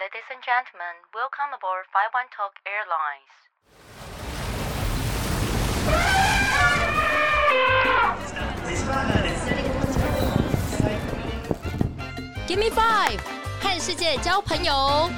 Ladies and gentlemen, welcome aboard Five One Talk Airlines. ，Give me five，和世界交朋友。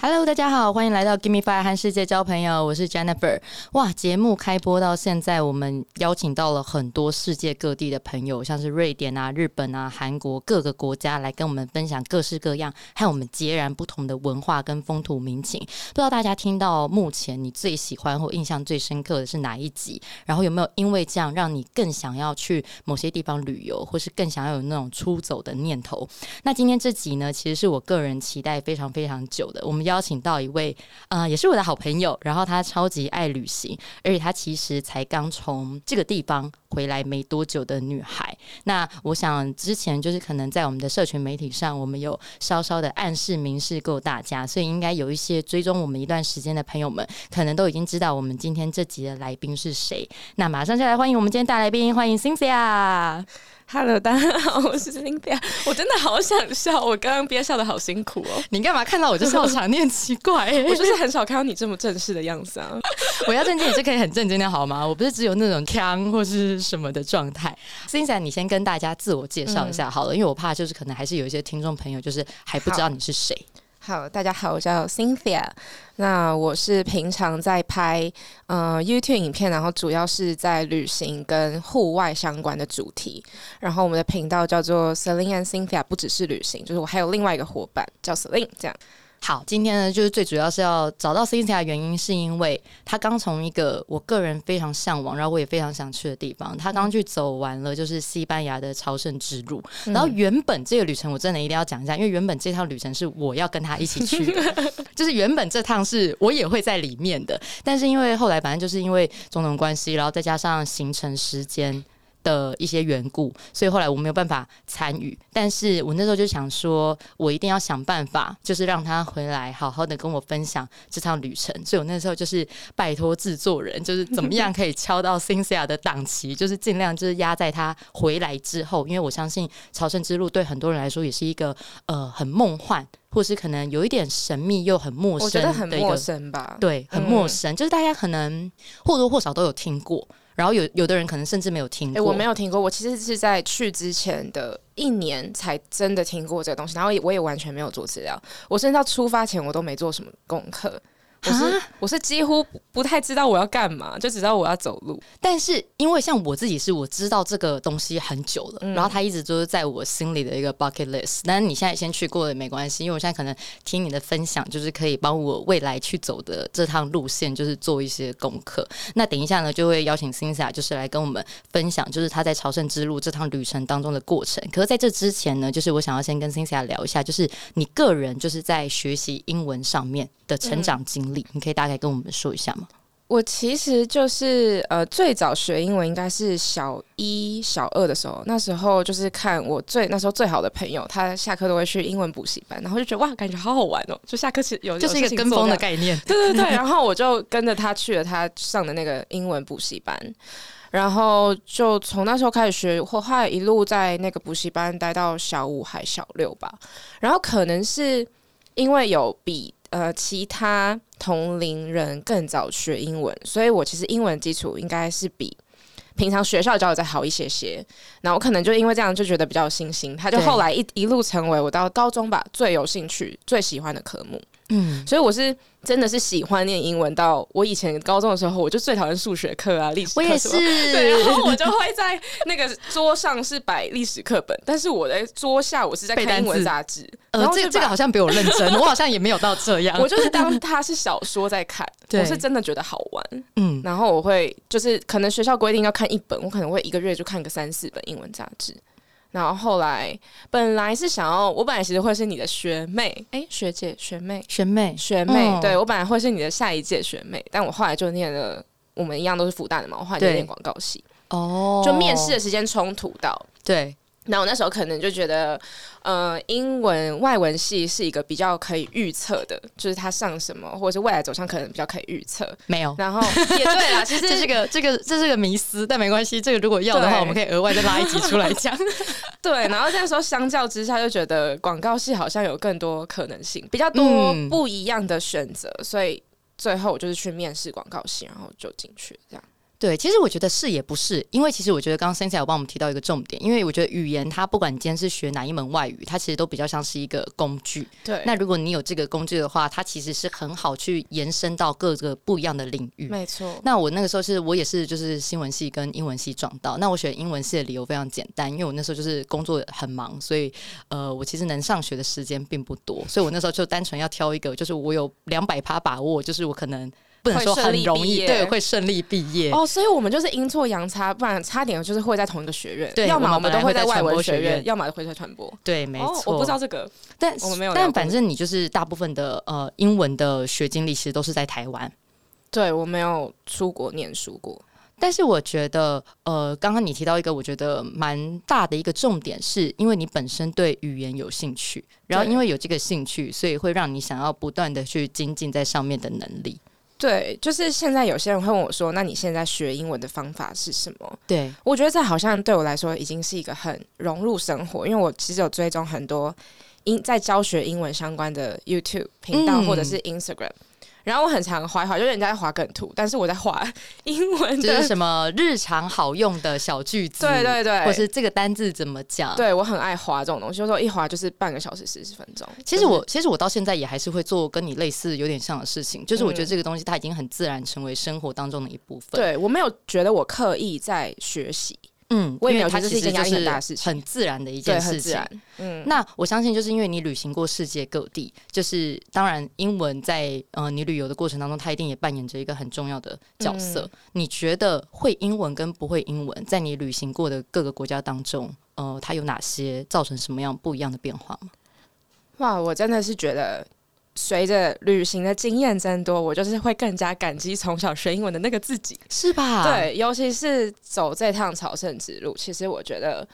Hello，大家好，欢迎来到 Give Me Five 和世界交朋友，我是 Jennifer。哇，节目开播到现在，我们邀请到了很多世界各地的朋友，像是瑞典啊、日本啊、韩国各个国家来跟我们分享各式各样和我们截然不同的文化跟风土民情。不知道大家听到目前你最喜欢或印象最深刻的是哪一集？然后有没有因为这样让你更想要去某些地方旅游，或是更想要有那种出走的念头？那今天这集呢，其实是我个人期待非常非常久的。我们邀请到一位，呃，也是我的好朋友，然后他超级爱旅行，而且他其实才刚从这个地方回来没多久的女孩。那我想之前就是可能在我们的社群媒体上，我们有稍稍的暗示、明示过大家，所以应该有一些追踪我们一段时间的朋友们，可能都已经知道我们今天这集的来宾是谁。那马上就来欢迎我们今天大来宾，欢迎 Cynthia。 Hello，大家好，我是 Cynthia。我真的好想笑，我刚刚憋笑的好辛苦哦。你干嘛看到我就笑场？你很奇怪、欸，我就是很少看到你这么正式的样子啊。 我要正经也是可以很正经的好吗？我不是只有那种腔或是什么的状态。s i n c i a 你先跟大家自我介绍一下好了，因为我怕就是可能还是有一些听众朋友就是还不知道你是谁。 好，大家好，我叫 Cynthia。那我是平常在拍呃 YouTube 影片，然后主要是在旅行跟户外相关的主题。然后我们的频道叫做 Celine and Cynthia，不只是旅行，就是我还有另外一个伙伴叫 Celine，这样。好，今天呢，就是最主要是要找到 Cynthia 的原因，是因为她刚从一个我个人非常向往，然后我也非常想去的地方，她刚去走完了就是西班牙的朝圣之路。然后原本这个旅程我真的一定要讲一下，因为原本这趟旅程是我要跟她一起去的，就是原本这趟是我也会在里面的，但是因为后来反正就是因为种种关系，然后再加上行程时间。的一些缘故，所以后来我没有办法参与。但是我那时候就想说，我一定要想办法，就是让他回来好好的跟我分享这趟旅程。所以我那时候就是拜托制作人，就是怎么样可以敲到 Cynthia 的档期，就是尽量就是压在他回来之后，因为我相信朝圣之路对很多人来说也是一个呃很梦幻，或是可能有一点神秘又很陌我生觉得很的一陌个生吧？对，很陌嗯生，就是大家可能或多或少都有听过，然后有有的人可能甚至没有听哎、过。我没有听过，我其实是在去之前的一年才真的听过这个东西，然后也我也完全没有做资料，我甚至到出发前我都没做什么功课。我啊是我是几乎不不太知道我要干嘛，就只知道我要走路。但是因为像我自己是我知道这个东西很久了，然后它一直都是在我心里的一个 bucket list。但是你现在先去过也没关系，因为我现在可能听你的分享，就是可以帮我未来去走的这趟路线，就是做一些功课。那等一下呢，就会邀请 Cynthia 就是来跟我们分享，就是她在朝圣之路这趟旅程当中的过程。可是在这之前呢，就是我想要先跟 Cynthia 聊一下，就是你个人就是在学习英文上面的成长经历，你可以大概跟我们说一下吗？我其实就是呃，最早学英文应该是小一、小二的时候，那时候就是看我最那时候最好的朋友，他下课都会去英文补习班，然后就觉得哇，感觉好好玩哦，就下课是有就是一个跟风的概念。对对对，然后我就跟着他去了他上的那个英文补习班，然后就从那时候开始学，我后来一路在那个补习班待到小五还小六吧，然后可能是因为有比呃其他同龄人更早学英文，所以我其实英文基础应该是比。平常学校教的再好一些些，然后我可能就因为这样就觉得比较有信心，他就对后来一一路成为我到高中吧最有兴趣、最喜欢的科目。嗯，所以我是真的是喜欢念英文到我以前高中的时候，我就最讨厌数学课啊、历史课我也什是么。，对，然后我就会在那个桌上是摆历史课本，但是我的桌下我是在背单看英文字杂志，然呃，后这就个这个把好像比我认真，我好像也没有到这样。我就 是当它是小说在看，对我是真的觉得好玩。嗯，然后我会就是可能学校规定要看一本，我可能会一个月就看个三四本英文杂志。然后后来本来是想要，我本来其实会是你的学妹，诶，学姐学妹，学妹，学妹，嗯对我本来会是你的下一届学妹，但我后来就念了，我们一样都是复旦的嘛，我后来就对念广告系，哦就面试的时间冲突到，对，那我那时候可能就觉得，呃，英文外文系是一个比较可以预测的，就是它上什么，或者是未来走向可能比较可以预测。没有。 然后也对啦，其实这是个这个这是个迷思，但没关系，这个如果要的话，对我们可以额外再拉一集出来 讲。对，然后那时候相较之下，就觉得广告系好像有更多可能性，比较多嗯不一样的选择，所以最后我就是去面试广告系，然后就进去这样。对，其实我觉得是也不是，因为其实我觉得刚刚 Sensei 有帮我们提到一个重点，因为我觉得语言它不管你今天是学哪一门外语，它其实都比较像是一个工具。对那如果你有这个工具的话，它其实是很好去延伸到各个不一样的领域。没错，那我那个时候是我也是就是新闻系跟英文系撞到。那我选英文系的理由非常简单，因为我那时候就是工作很忙，所以呃，我其实能上学的时间并不多，所以我那时候就单纯要挑一个，就是我有两百趴把握，就是我可能不能说会顺很利容毕易，业对，会顺利毕业。哦，所以我们就是阴错阳差，不然差点就是会在同一个学院，对要我么们我们本都来会在在外传文播学学院院，要么会在传播。对，没哦错、我不知道，这个，但我们没有聊但过反正你就是大部分的呃英文的学经历其实都是在台湾。对我没有出国念书过。但是我觉得，呃，刚刚你提到一个我觉得蛮大的一个重点，是因为你本身对语言有兴趣，然后对因为有这个兴趣，所以会让你想要不断的去精进在上面的能力。对，就是现在有些人会问我说：“那你现在学英文的方法是什么？”对，我觉得这好像对我来说已经是一个很融入生活，因为我其实有追踪很多英在教学英文相关的 YouTube 频道嗯或者是 Instagram，、然后我很常划一划，就是人家在划梗图，但是我在划 英文就是的，什么日常好用的小句子，对对对，或是这个单字怎么讲。对我很爱划这种东西，有时候一划就是半个小时四十分钟。其实就是我其实我到现在也还是会做跟你类似有点像的事情，就是我觉得嗯这个东西它已经很自然成为生活当中的一部分。，对我没有觉得我刻意在学习，嗯，我也因为没有它觉得其是一实件就压力很大的是事情很自然的一对，件很事自情。然。嗯，那我相信，就是因为你旅行过世界各地，就是当然，英文在呃你旅游的过程当中，它一定也扮演着一个很重要的角色。你觉得会英文跟不会英文，在你旅行过的各个国家当中，呃，它有哪些造成什么样不一样的变化吗？哇，我真的是觉得。随着旅行的经验增多，我就是会更加感激从小学英文的那个自己。是吧？，对，尤其是走这趟朝圣之路，其实我觉得，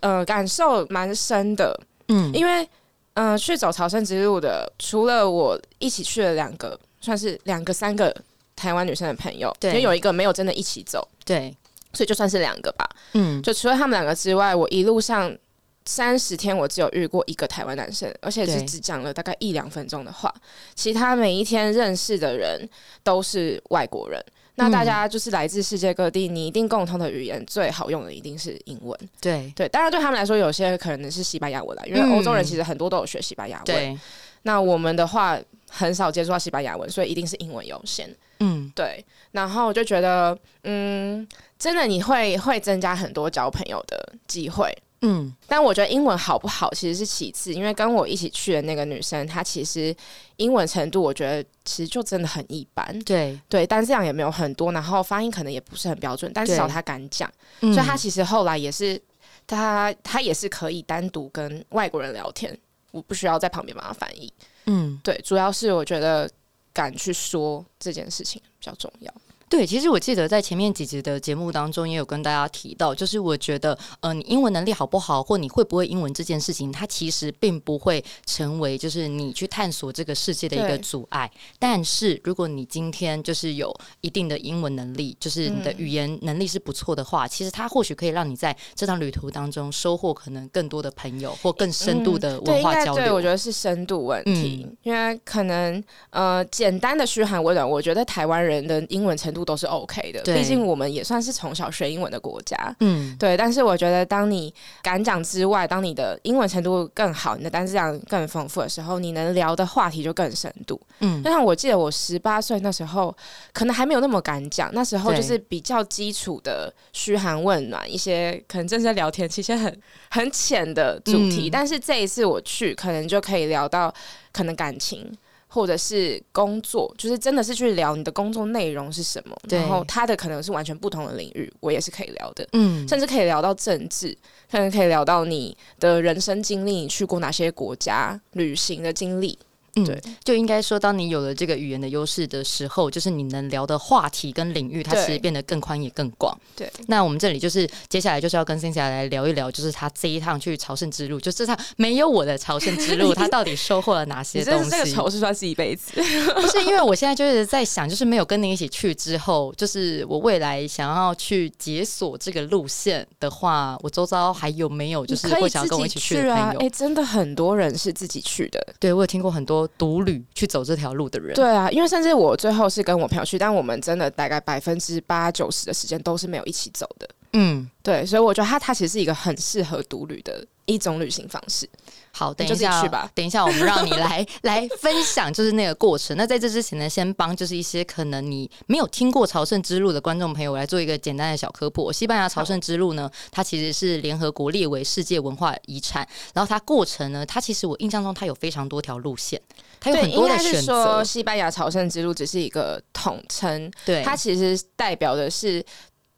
呃，感受蛮深的，嗯，因为，呃，去走朝圣之路的，除了我一起去了两个，算是两个三个台湾女生的朋友，对因为有一个没有真的一起走，对，所以就算是两个吧。嗯，就除了他们两个之外，我一路上。三十天，我只有遇过一个台湾男生，而且是对只讲了大概一两分钟的话。其他每一天认识的人都是外国人。那嗯大家就是来自世界各地，你一定共同的语言最好用的一定是英文。对，对，当然对他们来说，有些可能是西班牙文啦，因为嗯欧洲人其实很多都有学西班牙文。对，那我们的话很少接触到西班牙文，所以一定是英文优先。嗯，对，然后我就觉得，嗯，真的你会会增加很多交朋友的机会。嗯，但我觉得英文好不好其实是其次，因为跟我一起去的那个女生，她其实英文程度我觉得其实就真的很一般，对，对，单字量也没有很多，然后发音可能也不是很标准，但至少她敢讲，嗯所以她其实后来也是她她也是可以单独跟外国人聊天，我不需要在旁边帮她翻译。嗯。对，主要是我觉得敢去说这件事情比较重要。对，其实我记得在前面几集的节目当中，也有跟大家提到，就是我觉得，呃，你英文能力好不好，或你会不会英文这件事情，它其实并不会成为就是你去探索这个世界的一个对阻碍。但是，如果你今天就是有一定的英文能力，就是你的嗯语言能力是不错的话，其实它或许可以让你在这趟旅途当中收获可能更多的朋友或更深度的嗯对，文应化该交对，流。我觉得是深度问题，嗯因为可能呃，简单的嘘寒问暖，我觉得台湾人的英文程度都是 OK 的，对毕竟我们也算是从小学英文的国家。嗯，对，但是我觉得，当你敢讲之外，当你的英文程度更好，你的单词量更丰富的时候，你能聊的话题就更深度。嗯嗯，就像我记得我十八岁那时候，可能还没有那么敢讲，那时候对就是比较基础的嘘寒问暖，一些可能正在聊天，其实很很浅的主嗯题。但是这一次我去，可能就可以聊到可能感情。或者是工作，就是真的是去聊你的工作内容是什么，对然后他的可能是完全不同的领域，我也是可以聊的。嗯，甚至可以聊到政治，可能可以聊到你的人生经历，你去过哪些国家旅行的经历，对嗯，就应该说，当你有了这个语言的优势的时候，就是你能聊的话题跟领域，它对其实变得更宽也更广。对，那我们这里就是接下来就是要跟 Cynthia 来聊一聊，就是她这一趟去朝圣之路，就这趟没有我的朝圣之 路，她到底收获了哪些你东这西？这个仇是算是一辈子， 不是因为我现在就是在想，就是没有跟你一起去之后，就是我未来想要去解锁这个路线的话，我周遭还有没有就是可会以想自要跟我一起己去的啊朋！友？哎、真的很多人是自己去的，对我有听过很多独旅去走这条路的人，对啊，因为甚至我最后是跟我朋友去，但我们真的大概百分之八九十的时间都是没有一起走的。嗯，对，所以我觉得它它其实是一个很适合独旅的一种旅行方式。好，等一你就自己下哦去吧等一下，我们让你来 来分享，就是那个过程。那在这之前呢，先帮就是一些可能你没有听过朝圣之路的观众朋友，我来做一个简单的小科普。西班牙朝圣之路呢，它其实是联合国列为世界文化遗产，然后它过程呢，它其实我印象中它有非常多条路线，它有对，很多应的该是选说择。西班牙朝圣之路只是一个统称，对，它其实代表的是。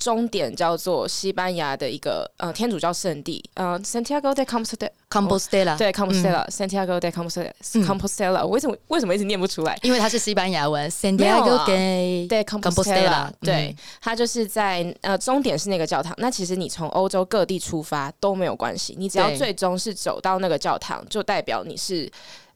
终点叫做西班牙的一个呃天主教圣地，呃 Santiago de Compostela，、 Compostela，、对嗯 Compostela，Santiago de Compostela，Compostela，、我为什么为什么一直念不出来？因为它是西班牙文 没有，Santiago 啊 de 对 Compostela， Compostela，对嗯，它就是在呃终点是那个教堂。那其实你从欧洲各地出发都没有关系，你只要对最终是走到那个教堂，就代表你是。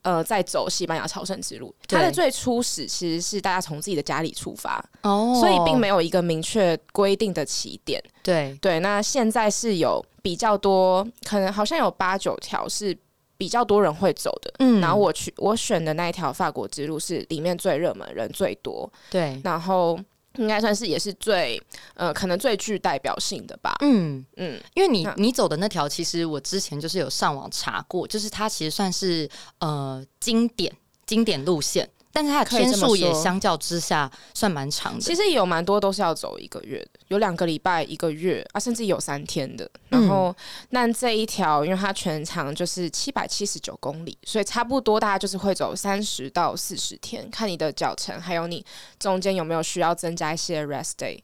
呃，在走西班牙朝圣之路，它的对最初始其实是大家从自己的家里出发，哦所以并没有一个明确规定的起点。对对，那现在是有比较多，可能好像有八九条是比较多人会走的。嗯然后我去我选的那一条法国之路是里面最热门、人最多，对，然后应该算是也是最呃，可能最具代表性的吧。嗯。嗯，因为你那你走的那条，其实我之前就是有上网查过，就是它其实算是呃经典经典路线，但是它的可以这天么数也说相较之下算蛮长的。其实也有蛮多都是要走一个月的，有两个礼拜、一个月啊，甚至有三天的。然后，那这一条因为它全长就是七百七十九公里，所以差不多大家就是会走三十到四十天，看你的脚程，还有你中间有没有需要增加一些 rest day。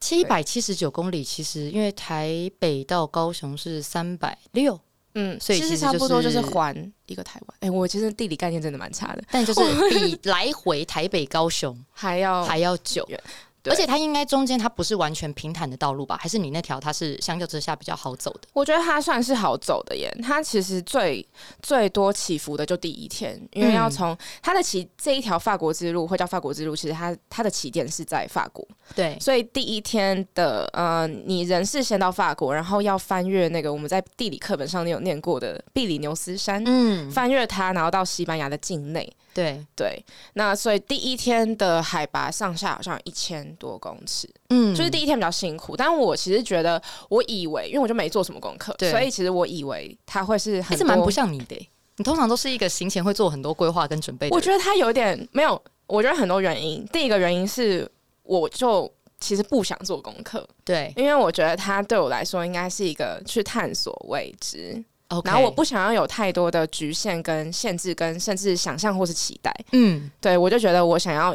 七百七十九公里，其实因为台北到高雄是三百六，嗯，所以其其实实差不多就就是是环一个台湾。哎、我其实地理概念真的蛮差的， 但就是比来回台北高雄还要还要久。哦对而且它应该中间它不是完全平坦的道路吧？还是你那条它是相较之下比较好走的？我觉得它算是好走的耶，它其实最最多起伏的就第一天，因为嗯要从它的起这一条法国之路，会叫法国之路，其实它它的起点是在法国，对，所以第一天的呃，你人是先到法国，然后要翻越那个我们在地理课本上面有念过的比利牛斯山，嗯，翻越它，然后到西班牙的境内。对，对，那所以第一天的海拔上下好像有一千多公尺，嗯就是第一天比较辛苦，但我其实觉得，我以为，因为我就没做什么功课，对所以其实我以为它会是还很是多蛮不像你的欸、你通常都是一个行前会做很多规划跟准备的人。我觉得它有点没有，我觉得很多原因。第一个原因是，我就其实不想做功课，对因为我觉得它对我来说应该是一个去探索未知， ，OK。然后我不想要有太多的局限跟限制，跟甚至想象或是期待。嗯，对我就觉得我想要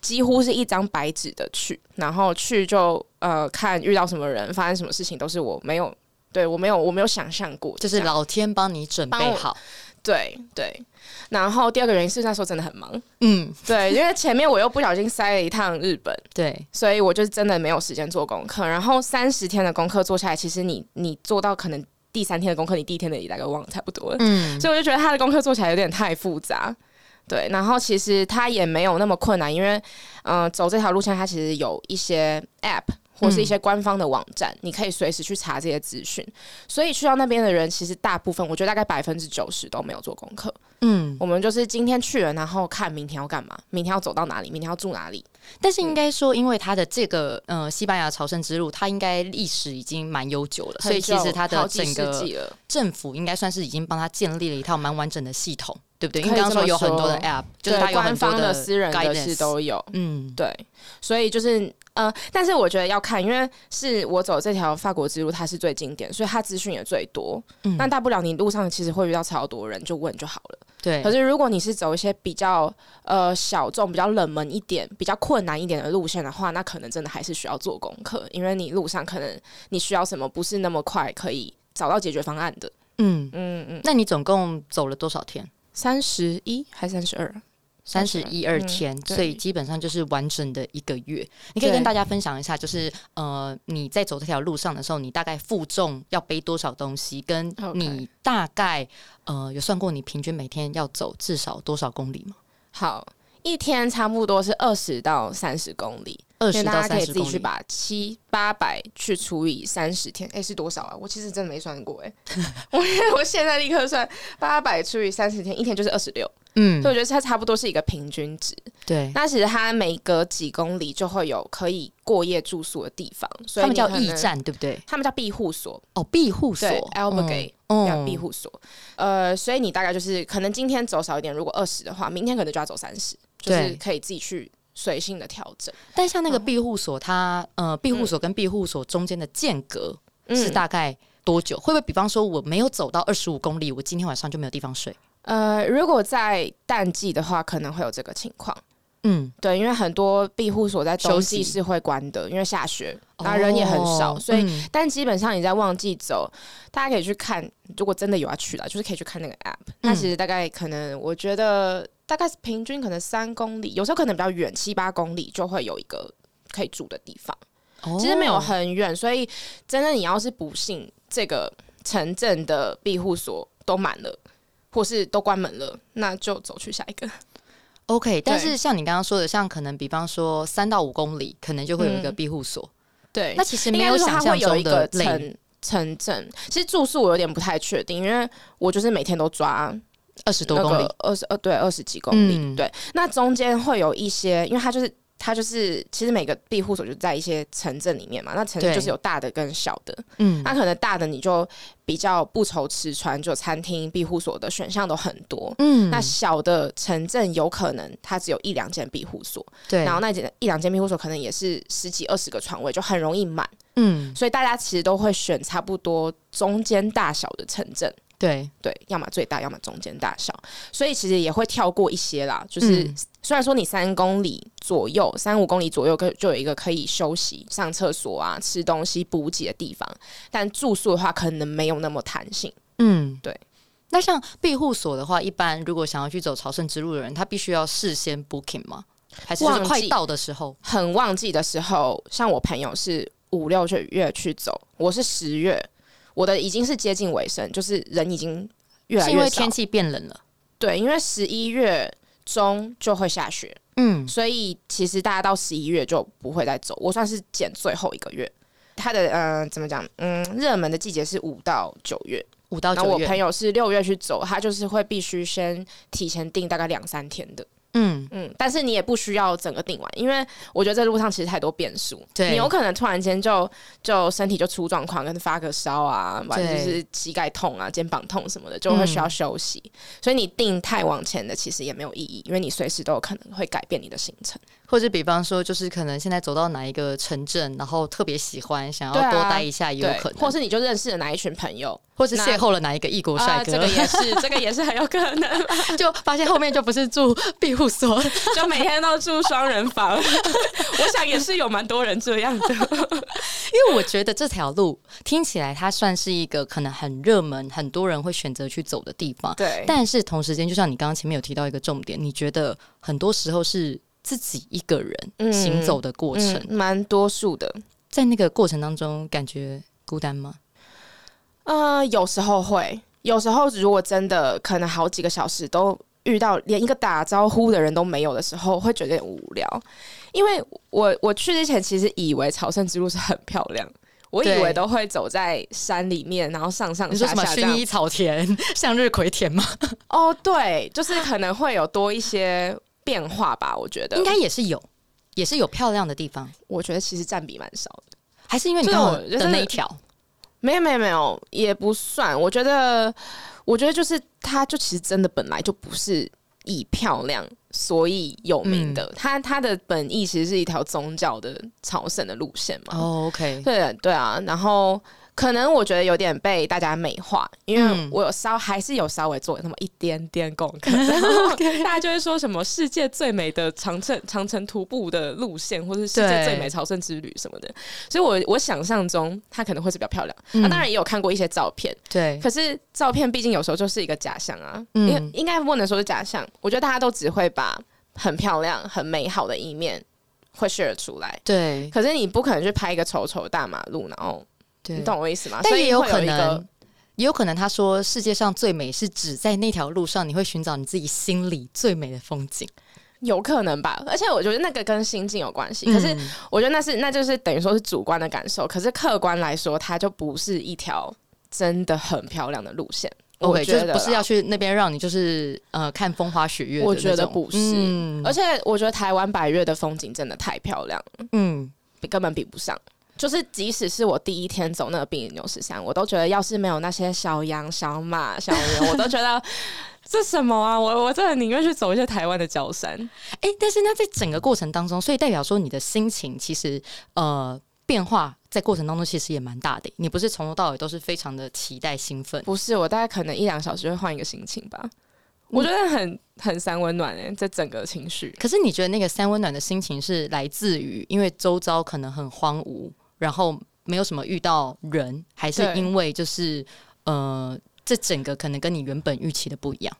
几乎是一张白纸的去，然后去就呃看遇到什么人，发生什么事情都是我没有，对我没有我没有想象过的就这是样，老天帮你准备好。对对。然后第二个原因是那时候真的很忙，嗯，对，因为前面我又不小心塞了一趟日本，对所以我就真的没有时间做功课。然后三十天的功课做下来，其实你你做到可能第三天的功课，你第一天的也大概忘了差不多了。嗯，所以我就觉得他的功课做起来有点太复杂。对，然后其实他也没有那么困难，因为嗯、呃走这条路线，它其实有一些 App 或嗯是一些官方的网站，你可以随时去查这些资讯。所以去到那边的人，其实大部分我觉得大概百分之九十都没有做功课。嗯，我们就是今天去了，然后看明天要干嘛，明天要走到哪里，明天要住哪里。但是应该说，因为它的这个呃西班牙朝圣之路，它应该历史已经蛮悠久了，所以其很实久它好的几整世个纪了。政府应该算是已经帮他建立了一套蛮完整的系统，对不对？因可以为刚刚这么说有很多的说 App，就对，是它有官很多方私人的是 guidance。都有，嗯，对，所以就是呃，但是我觉得要看，因为是我走这条法国之路，它是最经典，所以它资讯也最多。嗯那大不了你路上其实会遇到超多人，就问就好了。对可。是如果你是走一些比较呃小众、比较冷门一点、比较困难一点的路线的话，那可能真的还是需要做功课，因为你路上可能你需要什么不是那么快可以找到解决方案的。嗯，嗯嗯，那你总共走了多少天？三十一还三十二？三十一二天，对所以基本上就是完整的一个月。你可以对跟大家分享一下，就是呃，你在走这条路上的时候，你大概负重要背多少东西，跟 OK 你大概呃有算过你平均每天要走至少多少公里吗？好，一天差不多是二十到三十公里，二十所以到大家可三以十自己公去里。把七八百去除以三十天，哎、是多少啊？我其实真的没算 过、哎，我我现在立刻算八百除以三十天，一天就是二十六，嗯所以，我觉得它差不多是一个平均值。对，那其实它每隔几公里就会有可以过夜住宿的地方，所以他们你叫可驿能，站，对不对？他们叫庇护所，哦，庇护所对 a l b e r g a t 嗯叫庇护所。呃，所以你大概就是可能今天走少一点，如果二十的话，明天可能就要走三十，就是对可以自己去随性的调整。但像那嗯个庇护所，它呃，庇护所跟庇护所中间的间隔嗯是大概多久？会不会比方说我没有走到二十五公里，我今天晚上就没有地方睡？呃，如果在淡季的话，可能会有这个情况。嗯，对，因为很多庇护所在冬休季息是会关的，因为下雪，然后人也很少，哦所以、嗯但基本上你在旺季走，大家可以去看，如果真的有要去的，就是可以去看那个 app。那嗯其实大概可能，我觉得大概是平均可能三公里，有时候可能比较远，七八公里就会有一个可以住的地方。其实没有哦很远，所以真的你要是不幸这个城镇的庇护所都满了，或是都关门了，那就走去下一个。 OK，但是像你刚刚说的，像可能比方说三到五公里，可能就会有一个嗯庇护所。对，那其实应没该是想它会象有一中个的累，城城镇。其实住宿我有点不太确定，因为我就是每天都抓二十多那公里。个二十二呃对二十几公里，嗯对，那中间会有一些，因为它就是。它就是，其实每个庇护所就在一些城镇里面嘛，那城镇对就是有大的跟小的，嗯那可能大的你就比较不愁吃穿，就餐厅、庇护所的选项都很多。嗯那小的城镇有可能它只有一两间庇护所，对，然后那几一两间庇护所可能也是十几二十个床位，就很容易满，嗯所以大家其实都会选差不多中间大小的城镇，对，对，要么最大，要么中间大小，所以其实也会跳过一些啦。就是、嗯虽然说你三公里左右、三五公里左右可就有一个可以休息、上厕所啊、吃东西、补给的地方，但住宿的话可能没有那么弹性。嗯对。那像庇护所的话，一般如果想要去走朝圣之路的人，他必须要事先 booking 吗？还是就忘是记快到的时候？很旺季的时候，像我朋友是五六月去走，我是十月，我的已经是接近尾声，就是人已经越来是因越为少天。气变冷了？对，因为十一月中就会下雪，嗯，所以其实大家到十一月就不会再走，我算是减最后一个月。它的呃怎么讲？嗯，热门的季节是五到九月，五到然后我哦九朋月。友是六月去走，他就是会必须先提前订大概两三天的，嗯，嗯，但是你也不需要整个订完，因为我觉得这路上其实太多变数，对你有可能突然间就就身体就出状况，跟发个烧啊，完对嗯就是膝盖痛啊、肩膀痛什么的，就会需要休息，所以你订太往前的其实也没有意义，因为你随时都有可能会改变你的行程。或者比方说，就是可能现在走到哪一个城镇，然后特别喜欢，想要对啊多待一下也有对，可能，或是你就认识了哪一群朋友，或是那邂逅了哪一个异国帅啊，哥、这个也是，这个也是很有可 能，就发现后面就不是住庇护所，就每天都住双人房，我想也是有蛮多人这样的， 因为我觉得这条路听起来它算是一个可能很热门，很多人会选择去走的地方。对但是同时间，就像你刚刚前面有提到一个重点，你觉得很多时候是自己一个人嗯行走的过程，嗯蛮、多数的，在那个过程当中感觉孤单吗？呃，有时候会，有时候如果真的可能好几个小时都遇到连一个打招呼的人都没有的时候，会觉得有点无聊。因为我我去之前其实以为朝圣之路是很漂亮，我以对为都会走在山里面，然后上上你说下什么下这薰样。衣草田、 向日葵田吗？哦，对，就是可能会有多一些变化吧。我觉得应该，也是有，也是有漂亮的地方，我觉得其实占比蛮少的。还是因为你这刚种好就是的那一条。没有没有没有，也不算。我觉得，我觉得就是它就其实真的本来就不是以漂亮所以有名的，它它的本意其实是一条宗教的朝圣的路线嘛。哦，OK，对对啊，然后可能我觉得有点被大家美化，因为嗯我有稍还是有稍微做那么一点点功 课，然后大家就会说什么世界最美的长城长城徒步的路线，或是世界对最美朝圣之旅什么的。所以我我想象中它可能会是比较漂亮。那、嗯当然也有看过一些照片，对，可是照片毕竟有时候就是一个假象啊，嗯应应该不能说是假象。我觉得大家都只会把很漂亮、很美好的一面会 share 出来，对可是你不可能去拍一个丑丑的大马路，然后对，你懂我意思吗？但所以也有会可一个能，也有可能他说世界上最美是指在那条路上，你会寻找你自己心里最美的风景。有可能吧。而且我觉得那个跟心境有关系，嗯可是我觉得那是那就是等于说是主观的感受，可是客观来说，它就不是一条真的很漂亮的路线。我 OK，就觉是得不是啦要去那边让你就是呃看风花雪月的那种？我觉得不是嗯而且我觉得台湾百越的风景真的太漂亮了。嗯，比根本比不上。就是即使是我第一天走那个冰原牛十三，我都觉得要是没有那些小羊、小马、小牛，我都觉得 这什么啊！我我真的宁愿去走一些台湾的郊山。哎、但是那在整个过程当中，所以代表说你的心情其实呃变化在过程当中其实也蛮大的。你不是从头到尾都是非常的期待兴奋，不是，我大概可能一两小时会换一个心情吧。我觉得很很三温暖诶、这整个情绪。可是你觉得那个三温暖的心情是来自于因为周遭可能很荒芜，然后没有什么遇到人，还是对因为就是呃这整个可能跟你原本预期的不一样？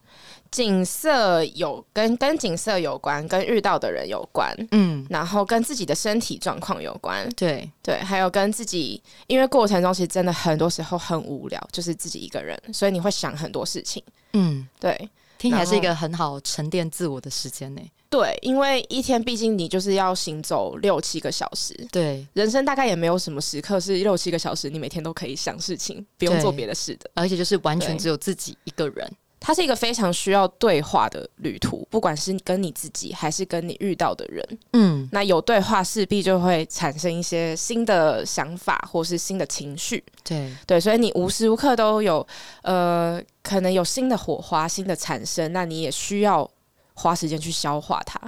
景色有跟跟景色有关，跟遇到的人有关，嗯，然后跟自己的身体状况有关，对，对，还有跟自己，因为过程中其实真的很多时候很无聊，就是自己一个人，所以你会想很多事情。嗯，对听起来是一个很好沉淀自我的时间呢、对，因为一天毕竟你就是要行走六七个小时，对，人生大概也没有什么时刻是六七个小时，你每天都可以想事情，不用对做别的事的。而且就是完全对只有自己一个人。它是一个非常需要对话的旅途，不管是跟你自己还是跟你遇到的人，嗯，那有对话势必就会产生一些新的想法或是新的情绪。对，对，所以你无时无刻都有呃，可能有新的火花、新的产生，那你也需要花时间去消化它。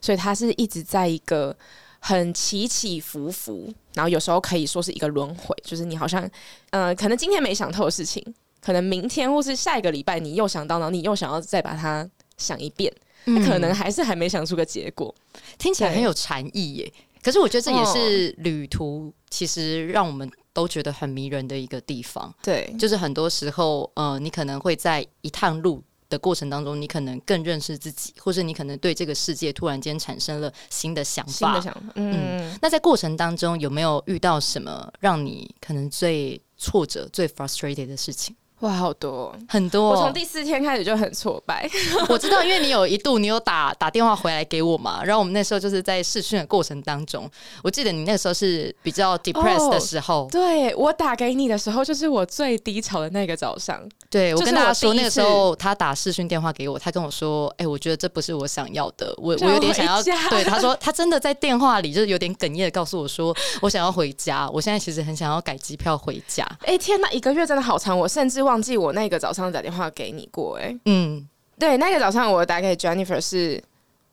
所以它是一直在一个很起起伏伏，然后有时候可以说是一个轮回，就是你好像呃，可能今天没想透的事情，可能明天或是下一个礼拜你又想到，然后你又想要再把它想一遍，那可能还是还没想出个结果。嗯听起来对很有禅意耶。可是我觉得这也是旅途，其实让我们都觉得很迷人的一个地方。对，就是很多时候，呃，你可能会在一趟路的过程当中，你可能更认识自己，或是你可能对这个世界突然间产生了新的想新法。的想法，嗯那在过程当中，有没有遇到什么让你可能最挫折、最 frustrated 的事情？哇，好多哦、很多哦、我从第四天开始就很挫败， 我知道，因为你有一度你有打打电话回来给我嘛，然后我们那时候就是在试训的过程当中，我记得你那时候是比较哦 depressed 的时候，对我打给你的时候，就是我最低潮的那个早上。对我就是跟大家我说，第一那个时候他打视讯电话给我，他跟我说：“哎、我觉得这不是我想要的，我我想有点想要。回”家对， 他说他真的在电话里就是有点哽咽的告诉我说：“我想要回家，我现在其实很想要改机票回家。哎、天哪，一个月真的好长，我甚至忘记我那个早上打电话给你过、诶，哎，”嗯，对，那个早上我打给 Jennifer 是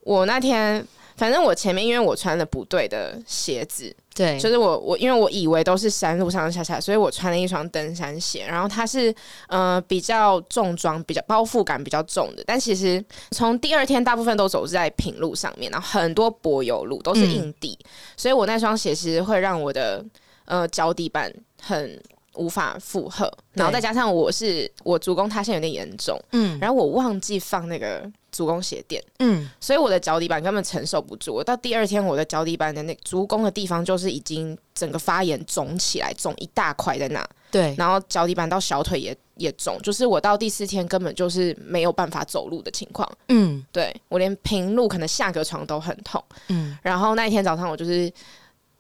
我那天。反正我前面因为我穿了不对的鞋子，对，就是我我因为我以为都是山路上下下，所以我穿了一双登山鞋，然后它是呃比较重装，比较包覆感比较重的，但其实从第二天大部分都走在平路上面，然后很多柏油路都是硬地，所以我那双鞋其实会让我的呃脚底板很。无法负荷，然后再加上我是我足弓塌陷有点严重，嗯然后我忘记放那个足弓鞋垫，嗯，所以我的脚底板根本承受不住。我到第二天，我的脚底板的那足弓的地方就是已经整个发炎肿起来，肿一大块在那，对，然后脚底板到小腿也也肿，就是我到第四天根本就是没有办法走路的情况。嗯对我连平路可能下个床都很痛。嗯，然后那一天早上我就是。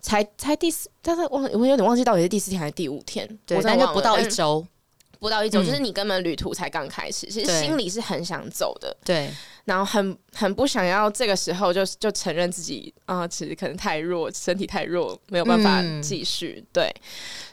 才才第四，但是忘我有点忘记到底是第四天还是第五天，对，我真呃那的就忘不了到一但周，不到一周，嗯就是你根本旅途才刚开始，其实对心里是很想走的，对，然后很很不想要这个时候就就承认自己啊、其实可能太弱，身体太弱，没有办法嗯继续。对，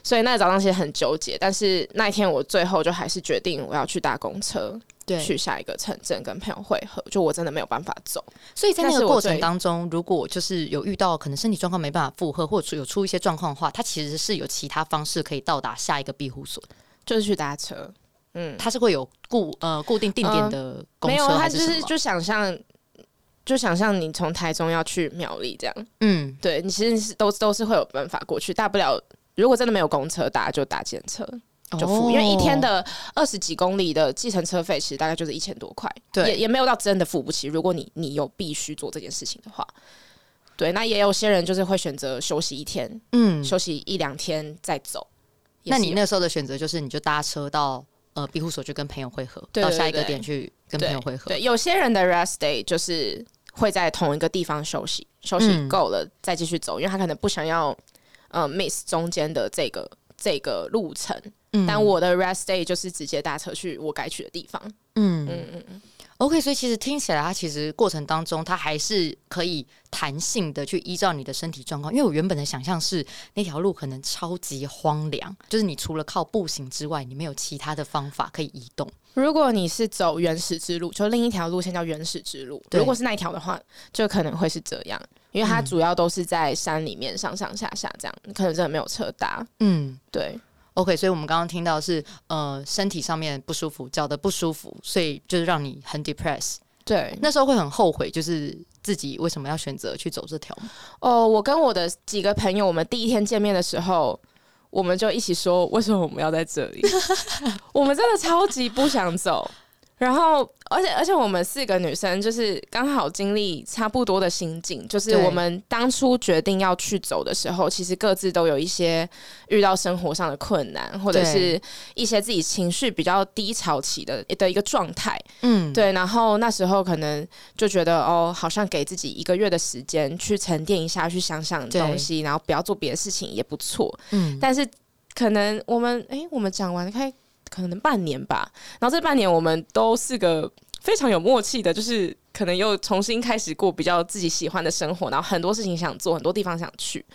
所以那早上其实很纠结，但是那一天我最后就还是决定我要去搭公车对，去下一个城镇跟朋友会合，就我真的没有办法走。所以在那那是个我过程最当中，如果就是有遇到可能身体状况没办法负荷，或者出有出一些状况的话，它其实是有其他方式可以到达下一个庇护所的。就是去搭车，嗯，它是会有固呃固定定点嗯的公没有，车他还就是什是么？就想象，就想象你从台中要去苗栗这样，嗯，对你其实是都都是会有办法过去，大不了如果真的没有公车搭就搭捷车就付，哦因为一天的二十几公里的计程车费其实大概就是一千多块，对也也没有到真的付不起。如果你你有必须做这件事情的话，对，那也有些人就是会选择休息一天，嗯，休息一两天再走。也那是你有那时候的选择就是你就搭车到呃庇护所去跟朋友会合，对到对下一个对点去跟对朋友会合。对，有些人的 rest day 就是会在同一个地方休息，休息嗯够了、再继续走，因为他可能不想要呃 miss 中间的这个这个路程。嗯但我的 rest day 就是直接搭车去我该去的地方。嗯嗯嗯。OK，所以其实听起来，它其实过程当中，它还是可以弹性的去依照你的身体状况。因为我原本的想象是那条路可能超级荒凉，就是你除了靠步行之外，你没有其他的方法可以移动。如果你是走原始之路，就另一条路线叫原始之路，对如果是那一条的话，就可能会是这样，因为它主要都是在山里面上上下下这样，可能真的没有车搭。嗯对， ，OK，所以我们刚刚听到是呃身体上面不舒服，脚的不舒服，所以就是让你很 depress。对，那时候会很后悔，就是自己为什么要选择去走这条吗？哦，我跟我的几个朋友，我们第一天见面的时候，我们就一起说，为什么我们要在这里？ 我们真的超级不想走。然后，而且而且我们四个女生就是刚好经历差不多的心境，就是对我们当初决定要去走的时候，其实各自都有一些遇到生活上的困难，或者对是一些自己情绪比较低潮期的的一个状态。嗯，对，然后那时候可能就觉得哦，好像给自己一个月的时间去沉淀一下，去想想对东西，然后不要做别的事情也不错。嗯，但是可能我们诶，我们讲完开可能半年吧，然后这半年我们都是个非常有默契的，就是可能又重新开始过比较自己喜欢的生活，然后很多事情想做，很多地方想去。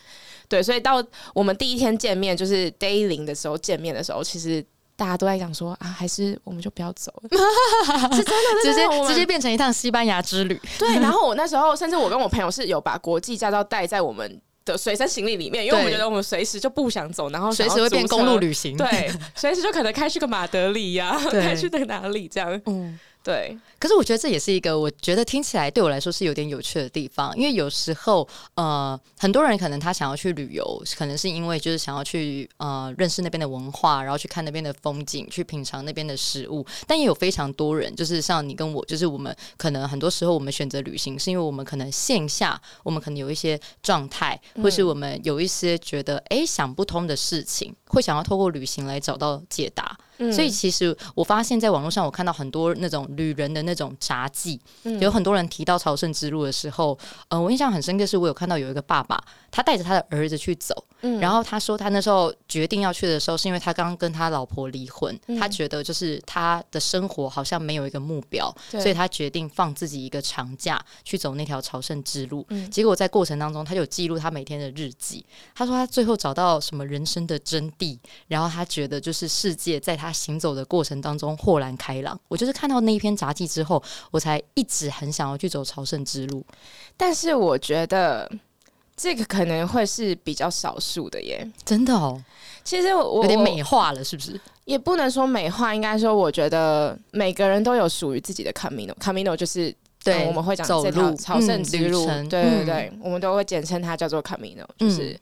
对，所以到我们第一天见面，就是 day 零的时候见面的时候，其实大家都在讲说啊，还是我们就不要走了， 是真的，直真的接我们直接变成一趟西班牙之旅。对，然后我那时候，甚至我跟我朋友是有把国际驾照带在我们的随身行李里面，因为我们对觉得我们随时就不想走，然后随想要时会变租车公路。旅 行。，对，随时就可能开去个马德里呀、对开去那个哪里这样。嗯。对，可是我觉得这也是一个，我觉得听起来对我来说是有点有趣的地方，因为有时候呃，很多人可能他想要去旅游，可能是因为就是想要去呃认识那边的文化，然后去看那边的风景，去品尝那边的食物。但也有非常多人，就是像你跟我，就是我们可能很多时候我们选择旅行，是因为我们可能线下我们可能有一些状态，或是我们有一些觉得诶想不通的事情，会想要透过旅行来找到解答。嗯所以其实我发现，在网络上我看到很多那种旅人的那种杂技，有很多人提到朝圣之路的时候，呃，我印象很深刻是，我有看到有一个爸爸，他带着他的儿子去走，然后他说他那时候决定要去的时候，是因为他刚跟他老婆离婚，他觉得就是他的生活好像没有一个目标，对所以他决定放自己一个长假去走那条朝圣之路。嗯结果在过程当中，他就有记录他每天的日记。他说他最后找到什么人生的真谛，然后他觉得就是世界在他行走的过程当中豁然开朗。我就是看到那一篇杂记之后，我才一直很想要去走朝圣之路。但是我觉得这个可能会是比较少数的耶。真的哦，其实我有点我美化了，是不是？也不能说美化，应该说我觉得每个人都有属于自己的 camino。camino 就是对，嗯我们会讲走这条路朝圣嗯之旅路，程对嗯对对，我们都会简称它叫做 Camino，就是。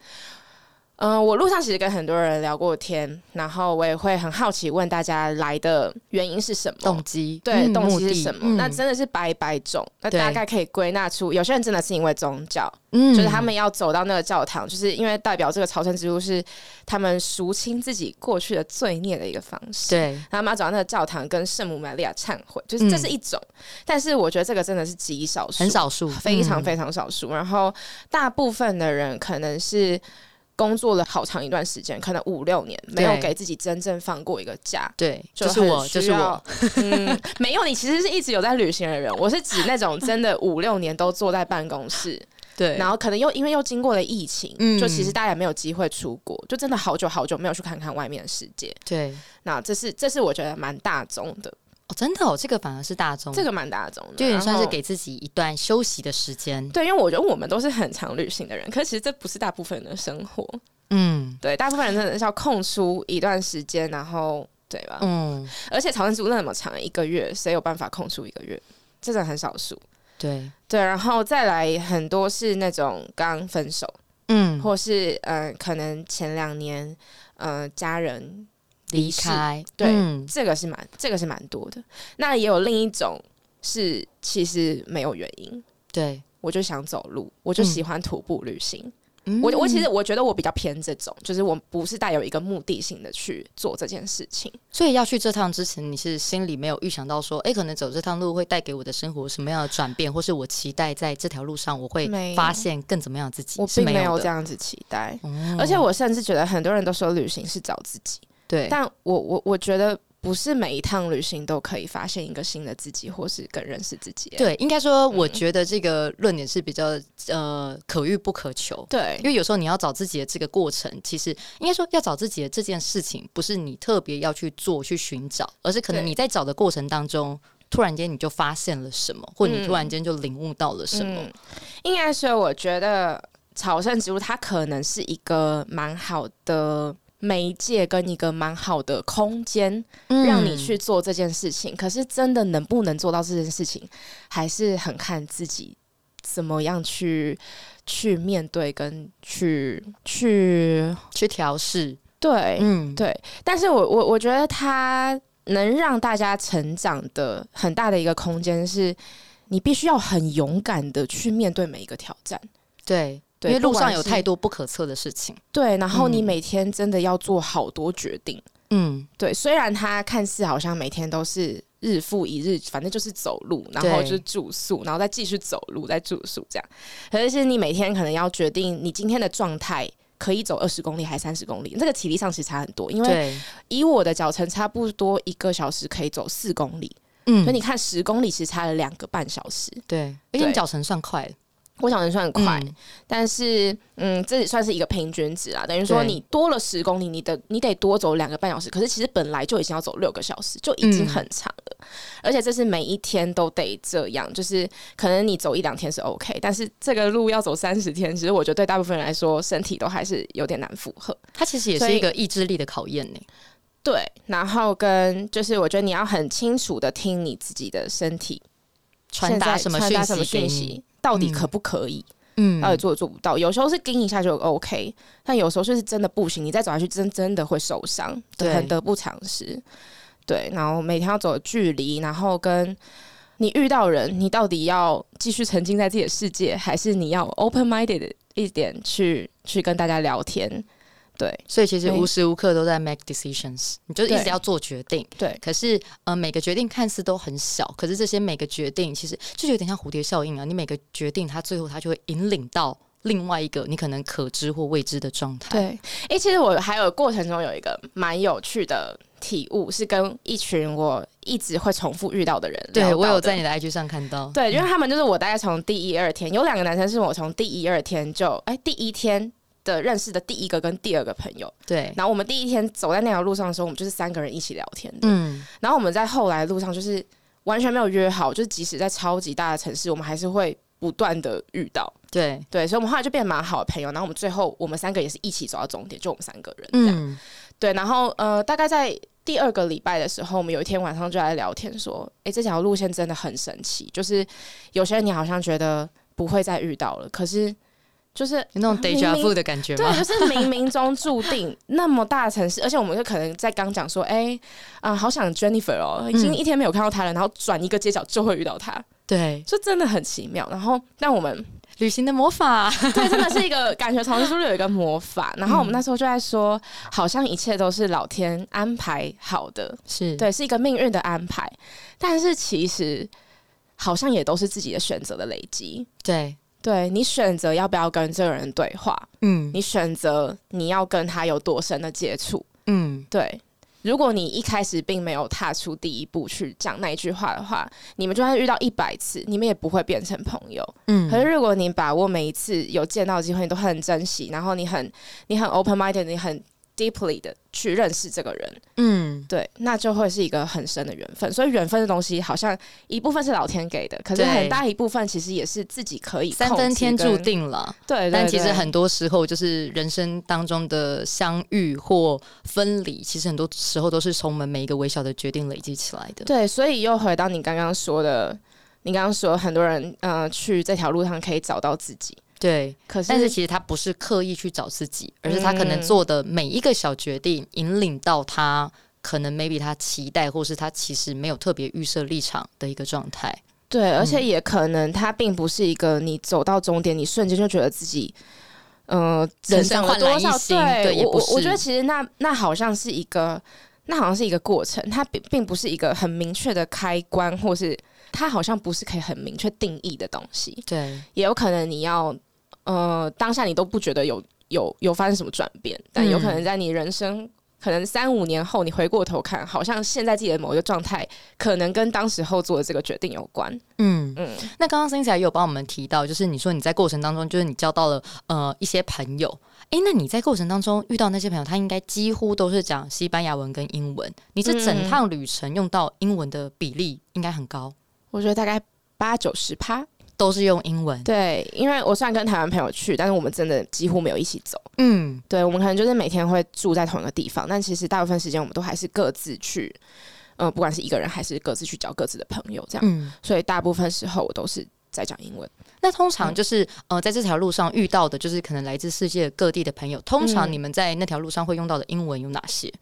嗯我路上其实跟很多人聊过天，然后我也会很好奇问大家来的原因是什么动，机，对，嗯动目机是的什么？嗯那真的是百百种，那对大概可以归纳出，有些人真的是因为宗教，嗯就是他们要走到那个教堂，就是因为代表这个朝圣之路是他们赎清自己过去的罪孽的一个方式。对，嗯然后他们要走到那个教堂跟圣母玛利亚忏悔，就是这是一种，但是我觉得这个真的是极少数，很少数，非常嗯非常少数。然后大部分的人可能是工作了好长一段时间，可能五六年，没有给自己真正放过一个假。对，就就是我，就是 我，很需要。嗯，没有，你其实是一直有在旅行的人。我是指那种 真的五六年都坐在办公室，对，然后可能又因为又经过了疫情，嗯就其实大家也没有机会出国，就真的好久好久没有去看看外面的世界。对，那这是这是我觉得蛮大众的，哦，真的哦，这个反而是大众，这个蛮大众的，就有点算然是后给自己一段休息的时间。对，因为我觉得我们都是很常旅行的人，可是其实这不是大部分人的生活。嗯对，大部分人真的是要空出一段时间，然后对吧？嗯，而且朝圣之路那么长，一个月谁有办法空出一个月？这种很少数。对，对，然后再来很多是那种刚分手，嗯，或是嗯、呃可能前两年嗯、呃家人离离世开，对嗯这个是蛮这个是蛮多的。那也有另一种是其实没有原因，对，我就想走路，我就嗯喜欢徒步旅行。嗯我我其实我觉得我比较偏这种，就是我不是带有一个目的性的去做这件事情。所以要去这趟之前，你是心里没有预想到说，哎、可能走这趟路会带给我的生活什么样的转变，或是我期待在这条路上我会没有发现更怎么样的自己，我是并没没有有的这，样子期待，嗯而且我甚至觉得很多人都说旅行是找自己，对，但我我我觉得不是每一趟旅行都可以发现一个新的自己，或是更认识自己。对，应该说，嗯我觉得这个论点是比较呃可遇不可求。对因为有时候你要找自己的这个过程，其实应该说要找自己的这件事情，不是你特别要去做去寻找，而是可能对你在找的过程当中，突然间你就发现了什么，或你突然间就领悟到了什么。嗯、应该说，我觉得朝圣之路它可能是一个蛮好的媒介，跟一个蛮好的空间，嗯嗯让你去做这件事情。可是真的能不能做到这件事情，还是很看自己怎么样去去面对跟去去去调试，对、嗯，对。但是我我我觉得它能让大家成长的很大的一个空间是。你必须要很勇敢的去面对每一个挑战，对，对因为路不管上有是太多不可测的事情。对，然后你嗯每天真的要做好多决定。嗯，对，虽然他看似好像每天都是日复一日，反正就是走路，然后就是住宿，然后再继续走路，再住宿这样。可是是你每天可能要决定你今天的状态。可以走二十公里还三十公里，这个体力上其实差很多。因为对，以我的脚程，差不多一个小时可以走四公里，所以嗯，你看十公里其实差了两个半小时。对，而且你对脚程算快了，我想能算很快，嗯但是嗯，这也算是一个平均值啊。等于说对你多了十公里，你的你得多走两个半小时，可是其实本来就已经要走六个小时，就已经嗯很长了。而且这是每一天都得这样，就是可能你走一两天是 OK，但是这个路要走三十天，其实我觉得对大部分人来说，身体都还是有点难负荷。它其实也所是以一个意志力的考验呢。对，然后跟就是我觉得你要很清楚的听你自己的身体传达什么现在传达什么讯讯息给息呃你？，到底嗯可不可以？嗯到底做做不到。有时候是盯一下就 OK，但有时候就是真的不行，你再走下去真真的会受伤，对很得不偿失。对，然后每天要走的距离，然后跟你遇到人，你到底要继续沉浸在自己的世界，还是你要 open minded 一点去去跟大家聊天？对所以其实对无时无刻都在 make decisions，你就一直对要做决定。对可是呃，每个决定看似都很小，可是这些每个决定其实就有点像蝴蝶效应啊。你每个决定，它最后它就会引领到另外一个你可能可知或未知的状态。对，诶、其实我还有过程中有一个蛮有趣的体悟，是跟一群我一直会重复遇到的人对，聊我到有的在你嗯的 IG 上看到。对，因为他们就是我大概从第一二天，有两个男生是我从第一二天就哎、第一天的认识的第一个跟第二个朋友，对，然后我们第一天走在那条路上的时候，我们就是三个人一起聊天的，嗯，然后我们在后来路上就是完全没有约好，就是即使在超级大的城市，我们还是会不断的遇到，对，对，所以我们后来就变得蛮好的朋友，然后我们最后我们三个也是一起走到终点，就我们三个人这样，嗯，对，然后呃，大概在第二个礼拜的时候，我们有一天晚上就来聊天说，诶，这条路线真的很神奇，就是有些人你好像觉得不会再遇到了，可是就是有那种 deja 明 vu 明的感觉对，吗？ 就是冥冥中注定那么大的城市，而且我们就可能在刚讲说，诶，啊、好想 Jennifer 哦，已经一天没有看到她了，然后转一个街角就会遇到她，对，就真的很奇妙。然后让我们旅行的魔法。对，真的是一个感觉，从书里有一个魔法。然后我们那时候就在说，好像一切都是老天安排好的，是，对，是一个命运的安排。但是其实好像也都是自己的选择的累积。对，对你选择要不要跟这个人对话，嗯你选择你要跟他有多深的接触。嗯对，如果你一开始并没有踏出第一步去讲那一句话的话，你们就算遇到一百次，你们也不会变成朋友。嗯，可是如果你把握每一次有见到的机会，你都很珍惜，然后你很你很 open minded，你很 deeply 的去认识这个人，嗯，对，那就会是一个很深的缘分。所以缘分的东西，好像一部分是老天给的，可是对很大一部分其实也是自己可以三控分制天注跟，定了。对对但其实对很多时候，就是人生当中的相遇或分离，其实很多时候都是从我们每一个微小的决定累积起来的。对，所以又回到你刚刚说的，你刚刚说很多人呃去这条路上可以找到自己，对，可是但是其实他不是刻意去找自己，而是他可能嗯做的每一个小决定，引领到他可能 maybe 他期待，或是他其实没有特别预设立场的一个状态。对，而且嗯也可能它并不是一个你走到终点，你瞬间就觉得自己。呃，人人生长焕了多然一少？新对也我不我我觉得是其实那那好像是一个，那好像是一个过程，它并并不是一个很明确的开关，或是它好像不是可以很明确定义的东西。对，也有可能你要呃当下你都不觉得有有有发生什么转变，但嗯有可能在你人生。可能三五年后，你回过头看，好像现在自己的某一个状态，可能跟当时候做的这个决定有关。嗯嗯，那刚刚 c y n t h i a 也有帮我们提到，就是你说你在过程当中，就是你交到了呃一些朋友。诶，那你在过程当中遇到那些朋友，他应该几乎都是讲西班牙文跟英文。你这整嗯趟旅程用到英文的比例应该很高，我觉得大概八九十趴。都是用英文。对，因为我虽然跟台湾朋友去，但是我们真的几乎没有一起走。嗯，对，我们可能就是每天会住在同一个地方，但其实大部分时间我们都还是各自去，呃，不管是一个人还是各自去交各自的朋友这样。嗯。所以大部分时候我都是在讲英文。那通常就是、呃，在这条路上遇到的，就是可能来自世界各地的朋友。通常嗯你们在那条路上会用到的英文有哪 些？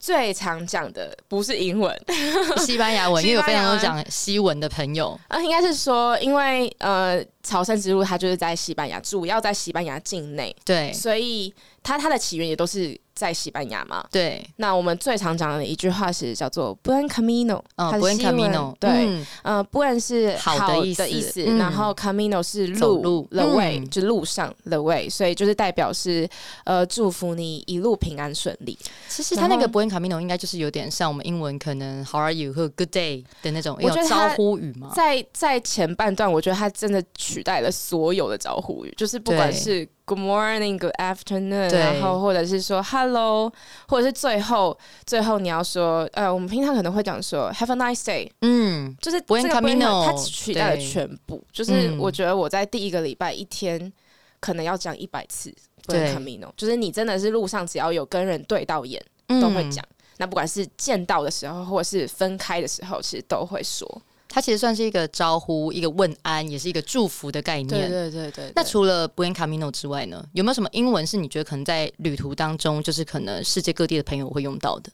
最常讲的不是英文， 西班牙文，因为有非常多西班牙讲西文的朋友。啊，应该是说，因为呃，朝圣之路它就是在西班牙，主要在西班牙境内，对所以它它的起源也都是在西班牙嘛。对，那我们最常讲的一句话是叫做 “buen camino”，呃它是 b u e n 西文 camino，对，嗯呃，“buen” 是好的的意思思嗯然后 “camino” 是走路路 t h e way”、嗯就路上 “the way”，所以就是代表是呃，祝福你一路平安顺利。其实他然那后个 Buen Camino 应该就是有点像我们英文可能 How are you 和 Good day 的那种，我有觉得招它呼语嘛。在在前半段，我觉得它真的取代了所有的招呼语，就是不管对是 Good morning、Good afternoon，对然后或者是说 Hello，或者是最后最后你要说，呃，我们平常可能会讲说 Have a nice day，嗯，就是这 Buen 个 camino，它取代了对全部。就是嗯我觉得我在第一个礼拜一天可能要讲一百次 Buen 对 camino，就是你真的是路上只要有跟人对到眼都都会讲。。那不管是见到的时候，或是分开的时候，其实都会说。它其实算是一个招呼，一个问安，也是一个祝福的概念。对对对那除了 Buen Camino 之外呢，有没有什么英文是你觉得可能在旅途当中，就是可能世界各地的朋友会用到的？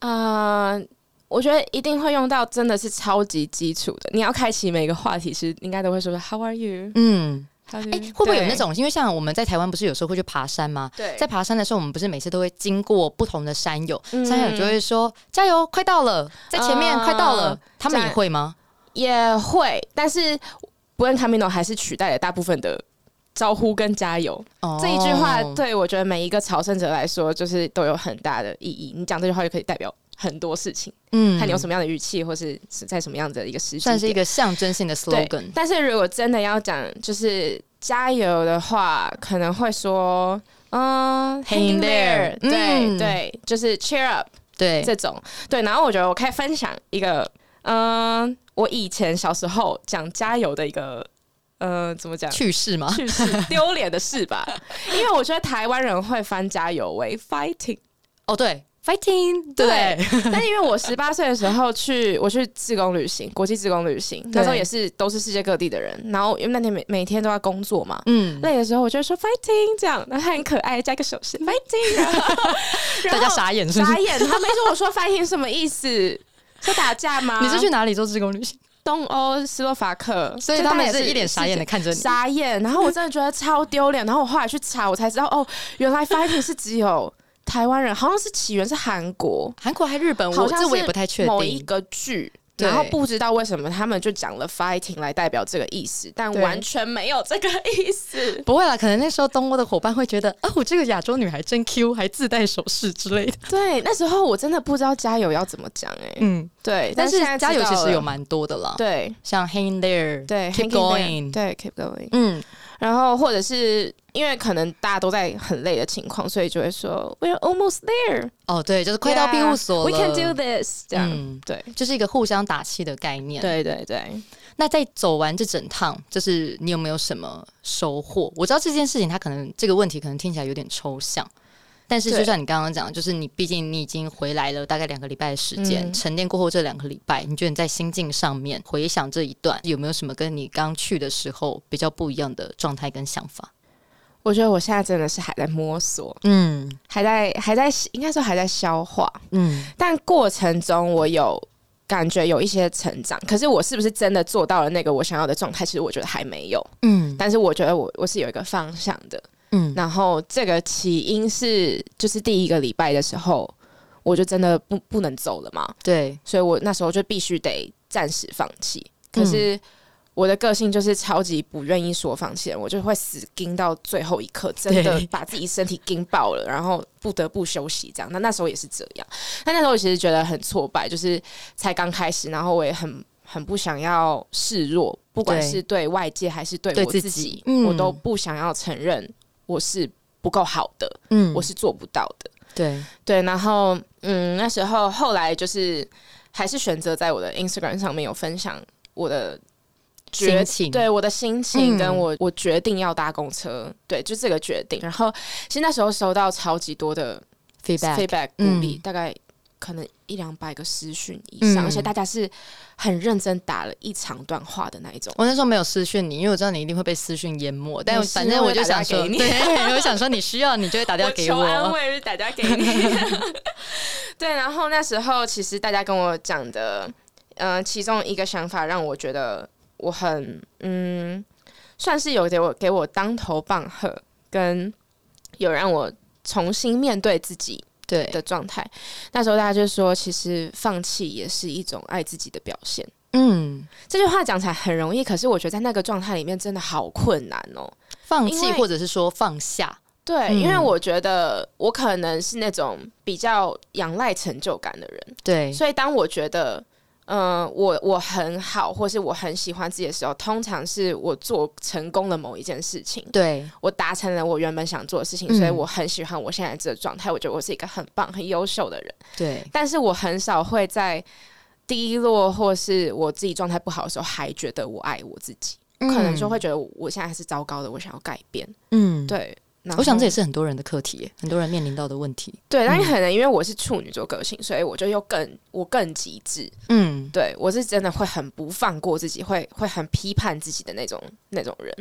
呃，我觉得一定会用到，真的是超级基础的。你要开启每个话题时，应该都会说 “How are you？” 嗯， How are you?” 哎、会不会有那种？因为像我们在台湾不是有时候会去爬山吗？对在爬山的时候，我们不是每次都会经过不同的山友，嗯山友就会说加油，快到了，在前面，啊快到了。他们在也会吗？也会？但是 “Buen camino” 还是取代了大部分的招呼跟加油。哦这一句话，对我觉得每一个朝圣者来说，就是都有很大的意义。你讲这句话就可以代表很多事情，嗯看你有什么样的语气，或是是在什么样子的一个时机点，算是一个象征性的对 slogan。但是如果真的要讲就是加油的话，可能会说。嗯 Hang in ，hang in there， there，对、嗯对，就是 cheer up 对，这种，对。然后我觉得我可以分享一个，嗯，我以前小时候讲加油的一个，呃，怎么讲，去世吗？去世丢脸的事 吧。因为我觉得台湾人会翻加油为 fighting，哦，对，fighting，对不对，但是因为我十八岁的时候去，我去自贡旅行，国际自贡旅行，那时候也是都是世界各地的人，然后因为那天每每天都要工作嘛。嗯，累的时候，我就会说 fighting 这样，然后他很可爱，加个手势 fighting，然后 大然家后傻眼是不是傻？眼，他没说我说 fighting 什么意思？是打架吗？你是去哪里做职工旅行？东欧斯洛伐克，所以就他们也是一脸傻眼的看着你。傻眼，然后我真的觉得超丢脸。然后我后来去查，我才知道哦，原来 fighting 是只有台湾人，好像是起源是韩国，韩国还日本，好我像这我也是不太确某一定。个剧，对然后不知道为什么他们就讲了 fighting 来代表这个意思，但对完全没有这个意思。不会啦，可能那时候东欧的伙伴会觉得，哦，我这个亚洲女孩真 Q，还自带首饰之类的。对，那时候我真的不知道加油要怎么讲哎、嗯，对，但是现在知加油其道实有了蛮多的啦，，对像 Hang in There，对，Keep hanging there， Going，对 keep going。嗯，然后或者是因为可能大家都在很累的情况，所以就会说 We're almost there，哦，对，就是快到庇护所 Yeah，了 We can do this，这样、嗯对就是一个互相打气的概念。，对对对，那在走完这整趟，就是你有没有什么收获？我知道这件事情，它可能这个问题可能听起来有点抽象，但是对就像你刚刚讲，就是你毕竟你已经回来了大概两个礼拜的时间，嗯沉淀过后这两个礼拜，你觉得你在心境上面回想这一段，有没有什么跟你刚去的时候比较不一样的状态跟想法？我觉得我现在真的是还在摸索，嗯还在还在应该说还在消化，嗯，但过程中我有感觉有一些成长，可是我是不是真的做到了那个我想要的状态？其实我觉得还没有，嗯但是我觉得我我是有一个方向的。嗯，然后这个起因是就是第一个礼拜的时候，我就真的不不能走了嘛，对，所以我那时候就必须得暂时放弃。可嗯是我的个性就是超级不愿意说放弃的人，我就会死盯到最后一刻，真的对把自己身体盯爆了，然后不得不休息这样。那那时候也是这样，那那时候其实觉得很挫败，就是才刚开始，然后我也很。很不想要示弱，不管对是对外界还是对对我自自己己，嗯我都不想要承认我是不够好的，嗯我是做不到的。对，对，然后嗯，那时候后来就是还是选择在我的 Instagram 上面有分享我的决心情对我的心情，嗯跟我、我决定要搭公车，对，就这个决定。然后其实那时候收到超级多的 feedback， feedback 鼓嗯励，大概可能一两百个私讯以嗯上，而且大家是很认真打了一长段话的那一种。我那时候没有私讯你，因为我知道你一定会被私讯淹没，但没事反正我就想说，我会打电对， 我想说你需要，你就会打电话给求安我。慰是打家给你。 对，然后那时候其实大家跟我讲的，呃，其中一个想法让我觉得我很嗯，算是有给我给我当头棒喝，跟有让我重新面对自己对，的状态。那时候大家就说，其实放弃也是一种爱自己的表现。嗯，这句话讲起来很容易，可是我觉得在那个状态里面真的好困难哦。放因弃为或者是说放下，对，嗯因为我觉得我可能是那种比较仰赖成就感的人，对，所以当我觉得，嗯、我我很好，或是我很喜欢自己的时候，通常是我做成功了某一件事情，对，我达成了我原本想做的事情，嗯所以我很喜欢我现在这个状态，我觉得我是一个很棒、很优秀的人。对，但是我很少会在低落或是我自己状态不好的时候，还觉得我爱我自己，嗯可能就会，觉得我我现在是糟糕的，我想要改变。嗯，对，然我想这后也是很多人的课题耶，很多人面临到的问题。对，但是可能因为我是处女座个性，所以我就又更我更极致。嗯，对我是真的会很不放过自己，会会很批判自己的那种那种人。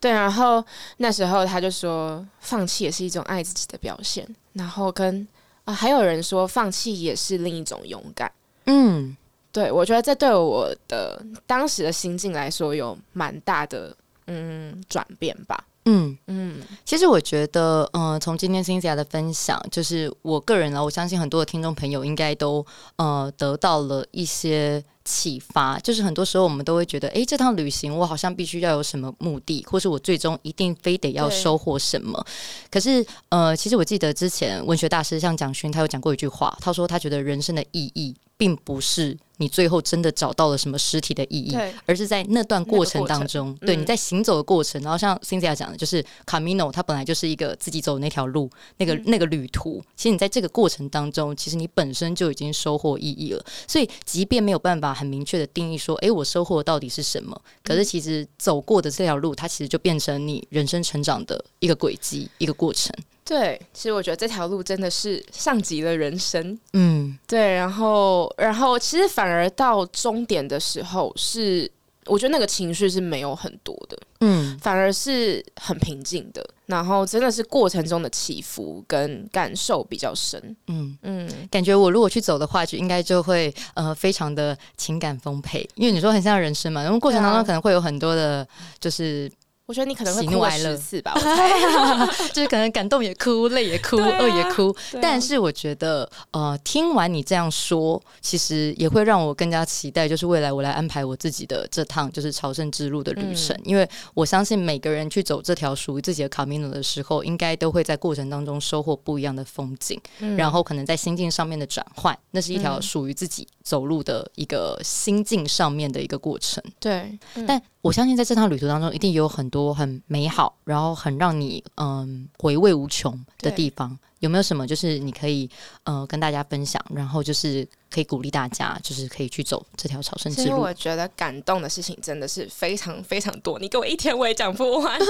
对，然后那时候他就说，放弃也是一种爱自己的表现。然后跟啊、还有人说，放弃也是另一种勇敢。嗯，对我觉得这对我的当时的心境来说有蛮大的嗯转变吧。嗯。嗯，其实我觉得，嗯、从今天 Cynthia 的分享，就是我个人呢，啊我相信很多的听众朋友应该都呃得到了一些启发。就是很多时候我们都会觉得，诶，这趟旅行我好像必须要有什么目的，或是我最终一定非得要对收获什么。可是，呃，其实我记得之前文学大师像蒋勋，他有讲过一句话，他说他觉得人生的意义并不是你最后真的找到了什么实体的意义，对而是在那段过程当中，对嗯你在行走的过程，然后像 Cynthia 讲的，就是 Camino，它本来就是一个自己走的那条路，那个、那个旅途。其实你在这个过程当中，其实你本身就已经收获意义了。所以，即便没有办法很明确的定义说，诶，我收获的到底是什么，可是其实走过的这条路，它其实就变成你人生成长的一个轨迹，一个过程。对，其实我觉得这条路真的是像极了人生。嗯，对，然后然后其实反而到终点的时候是，我觉得那个情绪是没有很多的，嗯，反而是很平静的。然后真的是过程中的起伏跟感受比较深。嗯嗯，感觉我如果去走的话，就应该就会呃非常的情感丰沛，因为你说很像人生嘛，然后过程当对中啊可能会有很多的，就是我觉得你可能会喜怒哭了哀乐十次吧，我猜 就是可能感动也哭，累也 哭，对啊饿也哭。对啊但是我觉得，呃，听完你这样说，其实也会让我更加期待，就是未来我来安排我自己的这趟就是朝圣之路的旅程，因为我相信每个人去走这条属于自己的 Camino 的时候，应该都会在过程当中收获不一样的风景，嗯然后可能在心境上面的转换，那是一条嗯属于自己走路的一个心境上面的一个过程。对，但我相信，在这趟旅途当中，一定有很多很美好，然后很让你嗯回味无穷的对地方。有没有什么就是你可以呃跟大家分享，然后就是可以鼓励大家，就是可以去走这条朝圣其之实路我？觉得感动的事情真的是非常非常多，你给我一天我也讲不 完。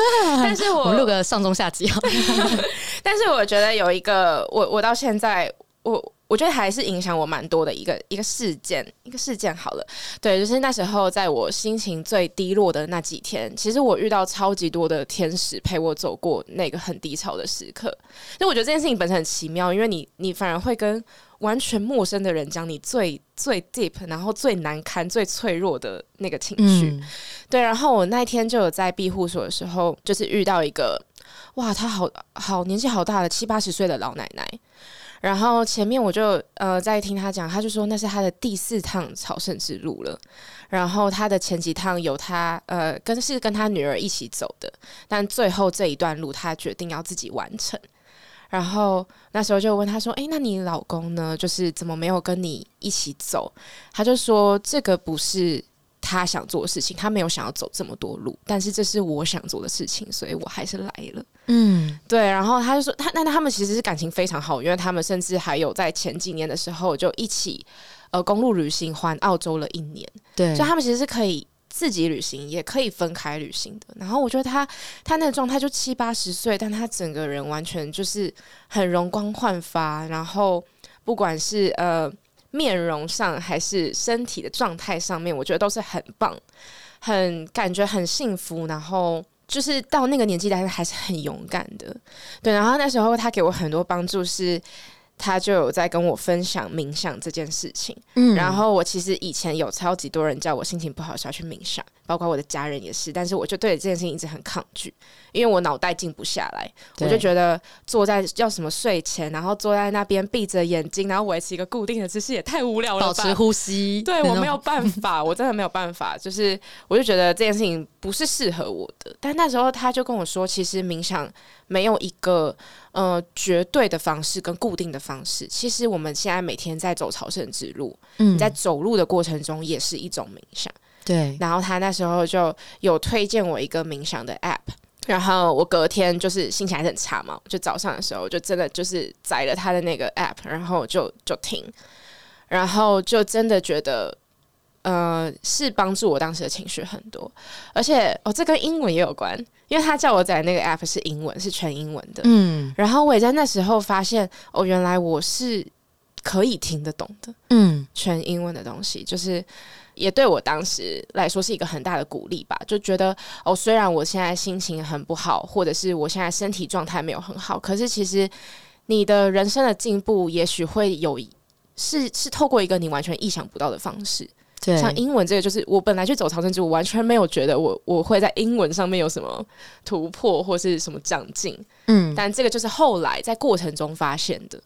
但是我我们录个上中下集好了，但是我觉得有一个，我我到现在我。我觉得还是影响我蛮多的一个一个事件，一个事件好了，对，就是那时候在我心情最低落的那几天，其实我遇到超级多的天使陪我走过那个很低潮的时刻。就我觉得这件事情本身很奇妙，因为你你反而会跟完全陌生的人讲你最最 deep，然后最难堪、最脆弱的那个情绪。嗯，对，然后我那一天就有在庇护所的时候，就是遇到一个，哇，她好好年纪好大了，七八十岁的老奶奶。然后前面我就呃在听她讲，她就说那是她的第四趟朝圣之路了。然后她的前几趟有她呃跟是跟她女儿一起走的，但最后这一段路她决定要自己完成。然后那时候就问她说：“诶，那你老公呢？就是怎么没有跟你一起走？”她就说：“这个不是他想做的事情，他没有想要走这么多路，但是这是我想做的事情，所以我还是来了。嗯，对，然后他就说，他那那他们其实是感情非常好，因为他们甚至还有在前几年的时候就一起呃公路旅行环澳洲了一年，对，所以他们其实是可以。自己旅行也可以分开旅行的，然后我觉得他他那个状态就七八十岁，但他整个人完全就是很容光焕发，然后不管是呃面容上还是身体的状态上面，我觉得都是很棒，很感觉很幸福，然后就是到那个年纪，但是还是很勇敢的。对，然后那时候他给我很多帮助是。他就有在跟我分享冥想这件事情，嗯然后我其实以前有超级多人叫我心情不好的时候要去冥想，包括我的家人也是，但是我就对这件事情一直很抗拒，因为我脑袋静不下来，我就对觉得坐在要什么睡前，然后坐在那边闭着眼睛，然后维持一个固定的姿势也太无聊了保吧，持呼吸，对那我种没有办法，我真的没有办法，就是我就觉得这件事情不是适合我的。但那时候他就跟我说，其实冥想没有一个呃绝对的方式跟固定的方式。其实我们现在每天在走朝圣之路，嗯你在走路的过程中也是一种冥想。对，然后他那时候就有推荐我一个冥想的 app。然后我隔天就是心情还是很差嘛，就早上的时候就真的就是载了他的那个 app，然后就就听，然后就真的觉得，呃，是帮助我当时的情绪很多，而且哦，这跟英文也有关，因为他叫我载那个 app 是英文，是全英文的，嗯然后我也在那时候发现，哦，原来我是可以听得懂的，嗯全英文的东西，就是也对我当时来说是一个很大的鼓励吧。就觉得哦，虽然我现在心情很不好，或者是我现在身体状态没有很好，可是其实你的人生的进步，也许会有一是是透过一个你完全意想不到的方式。对，像英文这个，就是我本来去走朝圣之路，我完全没有觉得我我会在英文上面有什么突破或是什么长进，嗯，但这个就是后来在过程中发现的。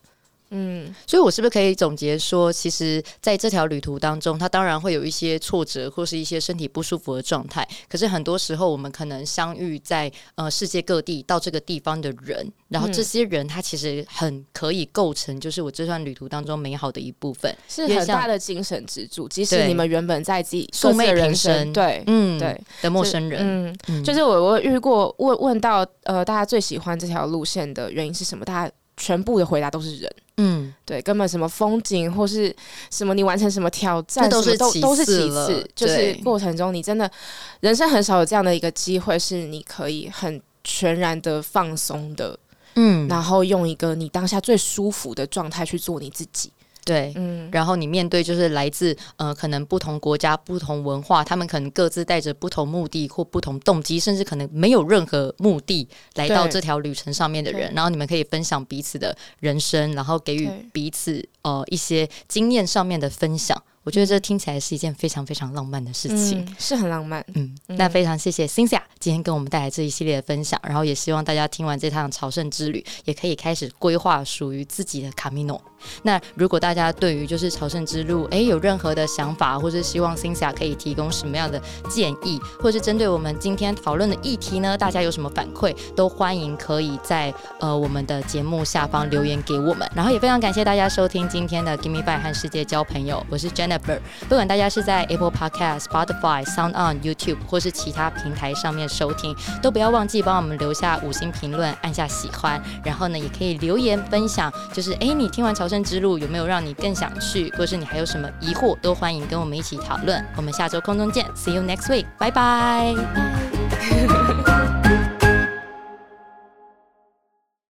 嗯，所以，我是不是可以总结说，其实在这条旅途当中，它当然会有一些挫折或是一些身体不舒服的状态。可是，很多时候我们可能相遇在呃世界各地到这个地方的人，然后这些人他其实很可以构成，就是我这段旅途当中美好的一部分。是也很像大的精神支柱。即使对你们原本在自己素各自昧的人平生生，对、嗯，对，的陌生人，嗯，嗯就是我我遇过问问到呃，大家最喜欢这条路线的原因是什么？大家全部的回答都是人。嗯，对，根本什么风景或是什么你完成什么挑战，这都什么是都其都是次其了次，就是对过程中你真的人生很少有这样的一个机会，是你可以很全然的放松的，嗯，然后用一个你当下最舒服的状态去做你自己。对，嗯，然后你面对就是来自呃可能不同国家、不同文化，他们可能各自带着不同目的或不同动机，甚至可能没有任何目的来到对这条旅程上面的人，对然后你们可以分享彼此的人生，然后给予对彼此呃一些经验上面的分享。我觉得这听起来是一件非常非常浪漫的事情。嗯，是很浪漫。嗯，嗯那非常谢谢 Cynthia 今天跟我们带来这一系列的分享，然后也希望大家听完这趟朝圣之旅，也可以开始规划属于自己的卡米诺。那如果大家对于就是朝圣之路，诶有任何的想法，或是希望 c y n t h i a 可以提供什么样的建议，或是针对我们今天讨论的议题呢，大家有什么反馈，都欢迎可以在呃我们的节目下方留言给我们。然后也非常感谢大家收听今天的 Give Me Five 和世界交朋友，我是 Jennifer。不管大家是在 Apple Podcast、Spotify、Sound On、YouTube 或是其他平台上面收听，都不要忘记帮我们留下五星评论，按下喜欢，然后呢也可以留言分享，就是诶你听完朝圣之路有没有让你更想去，或是你还有什么疑惑，都欢迎跟我们一起讨论。我们下周空中见，See you next week，拜拜。